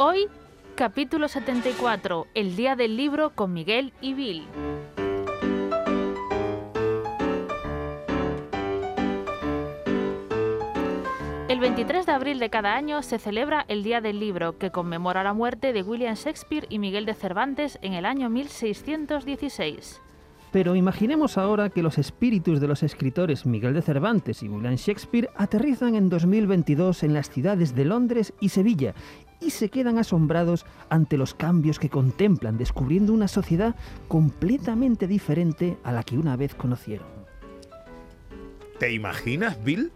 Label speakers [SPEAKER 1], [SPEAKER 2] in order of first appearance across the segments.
[SPEAKER 1] Hoy, capítulo 74, el día del libro con Miguel y Bill. El 23 de abril de cada año se celebra el Día del Libro, que conmemora la muerte de William Shakespeare y Miguel de Cervantes en el año 1616.
[SPEAKER 2] Pero imaginemos ahora que los espíritus de los escritores Miguel de Cervantes y William Shakespeare aterrizan en 2022 en las ciudades de Londres y Sevilla y se quedan asombrados ante los cambios que contemplan, descubriendo una sociedad completamente diferente a la que una vez conocieron.
[SPEAKER 3] ¿Te imaginas, Bill?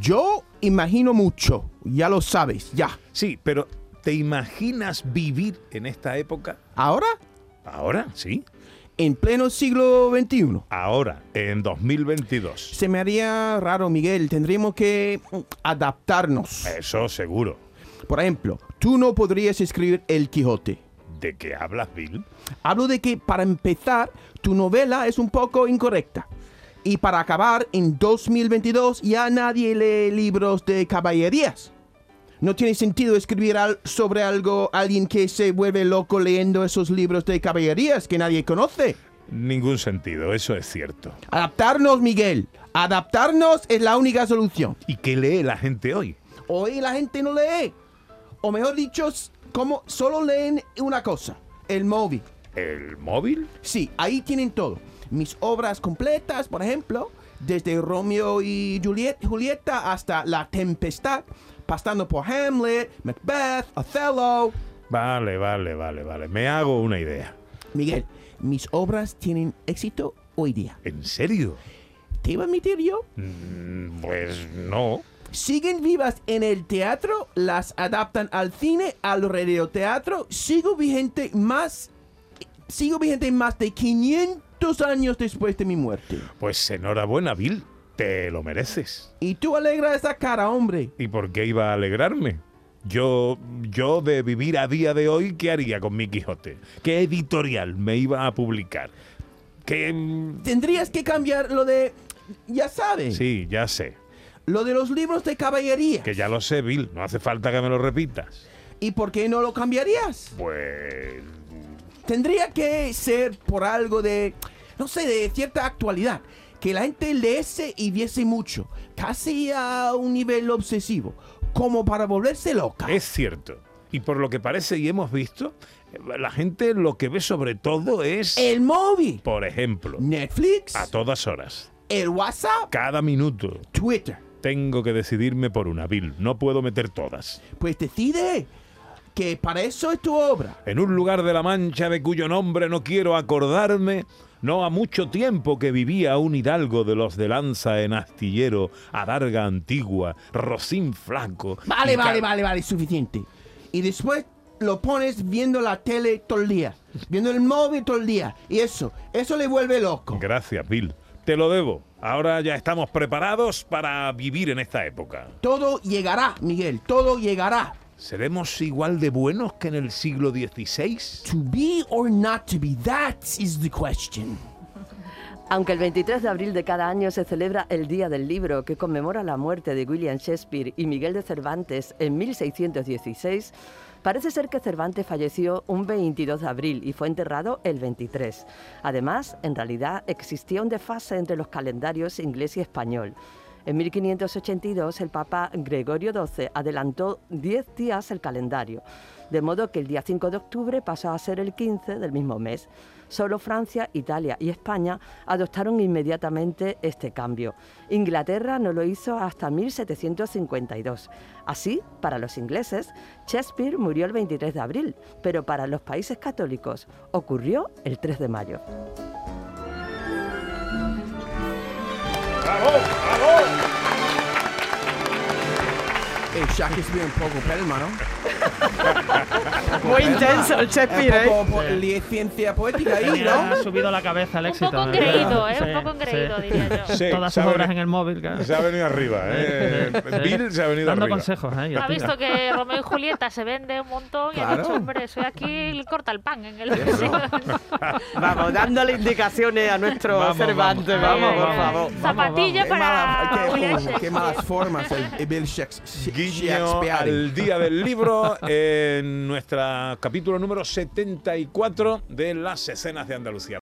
[SPEAKER 4] Yo imagino mucho, ya lo sabes, ya.
[SPEAKER 3] Sí, pero ¿te imaginas vivir en esta época?
[SPEAKER 4] Ahora,
[SPEAKER 3] Ahora, sí.
[SPEAKER 4] en pleno siglo XXI,
[SPEAKER 3] Ahora, en 2022.
[SPEAKER 4] se me haría raro, Miguel. Tendríamos que mm, adaptarnos.
[SPEAKER 3] Eso seguro.
[SPEAKER 4] Por ejemplo, tú no podrías escribir El Quijote.
[SPEAKER 3] ¿De qué hablas, Bill?
[SPEAKER 4] Hablo de que, para empezar, tu novela es un poco incorrecta. Y para acabar, en 2022 ya nadie lee libros de caballerías. No tiene sentido escribir al- sobre algo, alguien que se vuelve loco leyendo esos libros de caballerías que nadie conoce.
[SPEAKER 3] Ningún sentido, eso es cierto.
[SPEAKER 4] Adaptarnos, Miguel. Adaptarnos es la única solución.
[SPEAKER 3] ¿Y qué lee la gente hoy?
[SPEAKER 4] Hoy la gente no lee. O mejor dicho, s- como solo leen una cosa, el móvil.
[SPEAKER 3] ¿El móvil?
[SPEAKER 4] Sí, ahí tienen todo. Mis obras completas, por ejemplo, desde Romeo y Juliet- Julieta hasta La Tempestad, pasando por Hamlet, Macbeth, Othello.
[SPEAKER 3] Vale, vale, vale, vale. Me hago una idea.
[SPEAKER 4] Miguel, mis obras tienen éxito hoy día.
[SPEAKER 3] ¿En serio?
[SPEAKER 4] ¿Te iba a admitir yo?
[SPEAKER 3] Mm, Pues no.
[SPEAKER 4] siguen vivas en el teatro, las adaptan al cine, al radioteatro, sigo vigente más, sigo vigente más de 500 años después de mi muerte.
[SPEAKER 3] Pues enhorabuena, Bill. Te lo mereces.
[SPEAKER 4] Y tú alegra esa cara, hombre.
[SPEAKER 3] ¿Y por qué iba a alegrarme? Yo, yo de vivir a día de hoy, ¿qué haría con mi Quijote? ¿Qué editorial me iba a publicar? ¿Qué...? mm,
[SPEAKER 4] Tendrías que cambiar lo de, ya sabes,
[SPEAKER 3] Sí, ya sé.
[SPEAKER 4] lo de los libros de caballería.
[SPEAKER 3] Que ya lo sé, Bill. No hace falta que me lo repitas.
[SPEAKER 4] ¿Y por qué no lo cambiarías?
[SPEAKER 3] Pues...
[SPEAKER 4] Tendría que ser por algo de, no sé, de cierta actualidad. Que la gente leese y viese mucho, casi a un nivel obsesivo, como para volverse loca.
[SPEAKER 3] Es cierto. Y por lo que parece y hemos visto, la gente lo que ve sobre todo es...
[SPEAKER 4] El móvil,
[SPEAKER 3] Por ejemplo,
[SPEAKER 4] Netflix,
[SPEAKER 3] a todas horas,
[SPEAKER 4] el WhatsApp,
[SPEAKER 3] cada minuto,
[SPEAKER 4] Twitter.
[SPEAKER 3] tengo que decidirme por una, Bill. No puedo meter todas.
[SPEAKER 4] Pues decide que para eso es tu obra.
[SPEAKER 3] En un lugar de la Mancha de cuyo nombre no quiero acordarme, no a mucho tiempo que vivía un hidalgo de los de lanza en astillero, adarga antigua, rocín flaco.
[SPEAKER 4] Vale,
[SPEAKER 3] y ca-
[SPEAKER 4] vale, vale, vale, suficiente. Y después lo pones viendo la tele todo el día, viendo el móvil todo el día. Y eso, eso le vuelve loco.
[SPEAKER 3] Gracias, Bill. Te lo debo. Ahora ya estamos preparados para vivir en esta época.
[SPEAKER 4] Todo llegará, Miguel, todo llegará.
[SPEAKER 3] ¿Seremos igual de buenos que en el siglo XVI?
[SPEAKER 4] To be or not to be, that is the question.
[SPEAKER 5] Aunque el 23 de abril de cada año se celebra el Día del Libro, que conmemora la muerte de William Shakespeare y Miguel de Cervantes en 1616, parece ser que Cervantes falleció un 22 de abril y fue enterrado el 23. Además, en realidad existía un desfase entre los calendarios inglés y español. En 1582 el Papa Gregorio XII adelantó 10 días el calendario, de modo que el día 5 de octubre pasó a ser el 15 del mismo mes. Solo Francia, Italia y España adoptaron inmediatamente este cambio. Inglaterra no lo hizo hasta 1752. Así, para los ingleses, Shakespeare murió el 23 de abril, pero para los países católicos ocurrió el 3 de mayo.
[SPEAKER 3] ¡Bravo! ¡Bravo!
[SPEAKER 4] Es Shakespeare un poco pelma, ¿no?
[SPEAKER 6] Muy intenso el
[SPEAKER 4] Un
[SPEAKER 6] Shakespeare, ¿eh?
[SPEAKER 4] poco po- li- ciencia poética ahí,
[SPEAKER 6] Tenía-
[SPEAKER 4] ¿no?
[SPEAKER 6] ¿no?
[SPEAKER 2] Ha subido la cabeza el
[SPEAKER 1] Un
[SPEAKER 2] éxito.
[SPEAKER 1] poco
[SPEAKER 2] ¿no?
[SPEAKER 1] engreído, ¿eh?
[SPEAKER 2] Sí,
[SPEAKER 1] Un poco
[SPEAKER 2] sí.
[SPEAKER 1] engreído, diría yo.
[SPEAKER 3] Sí,
[SPEAKER 2] Todas sus
[SPEAKER 3] sabe-
[SPEAKER 2] obras en el móvil, claro.
[SPEAKER 3] Se ha venido arriba, ¿eh? Bill se ha venido
[SPEAKER 2] Dando
[SPEAKER 3] arriba.
[SPEAKER 2] consejos, ¿eh? Y el
[SPEAKER 1] Ha
[SPEAKER 2] tío.
[SPEAKER 1] visto que Romeo y Julieta se vende un montón y ha
[SPEAKER 4] Claro.
[SPEAKER 1] dicho, hombre, soy aquí el corta el pan en el
[SPEAKER 6] Vamos, dándole indicaciones a nuestro
[SPEAKER 3] Vamos,
[SPEAKER 6] Cervantes, vamos, por favor.
[SPEAKER 1] Zapatilla
[SPEAKER 4] Qué
[SPEAKER 1] para
[SPEAKER 4] mala- qué-
[SPEAKER 1] William
[SPEAKER 4] uh, qué,
[SPEAKER 1] Shakespeare.
[SPEAKER 4] malas formas el, el Bill Shakes-
[SPEAKER 3] Guiño
[SPEAKER 4] Shakespeare.
[SPEAKER 3] al día del libro en nuestro capítulo número 74 de las escenas de Andalucía.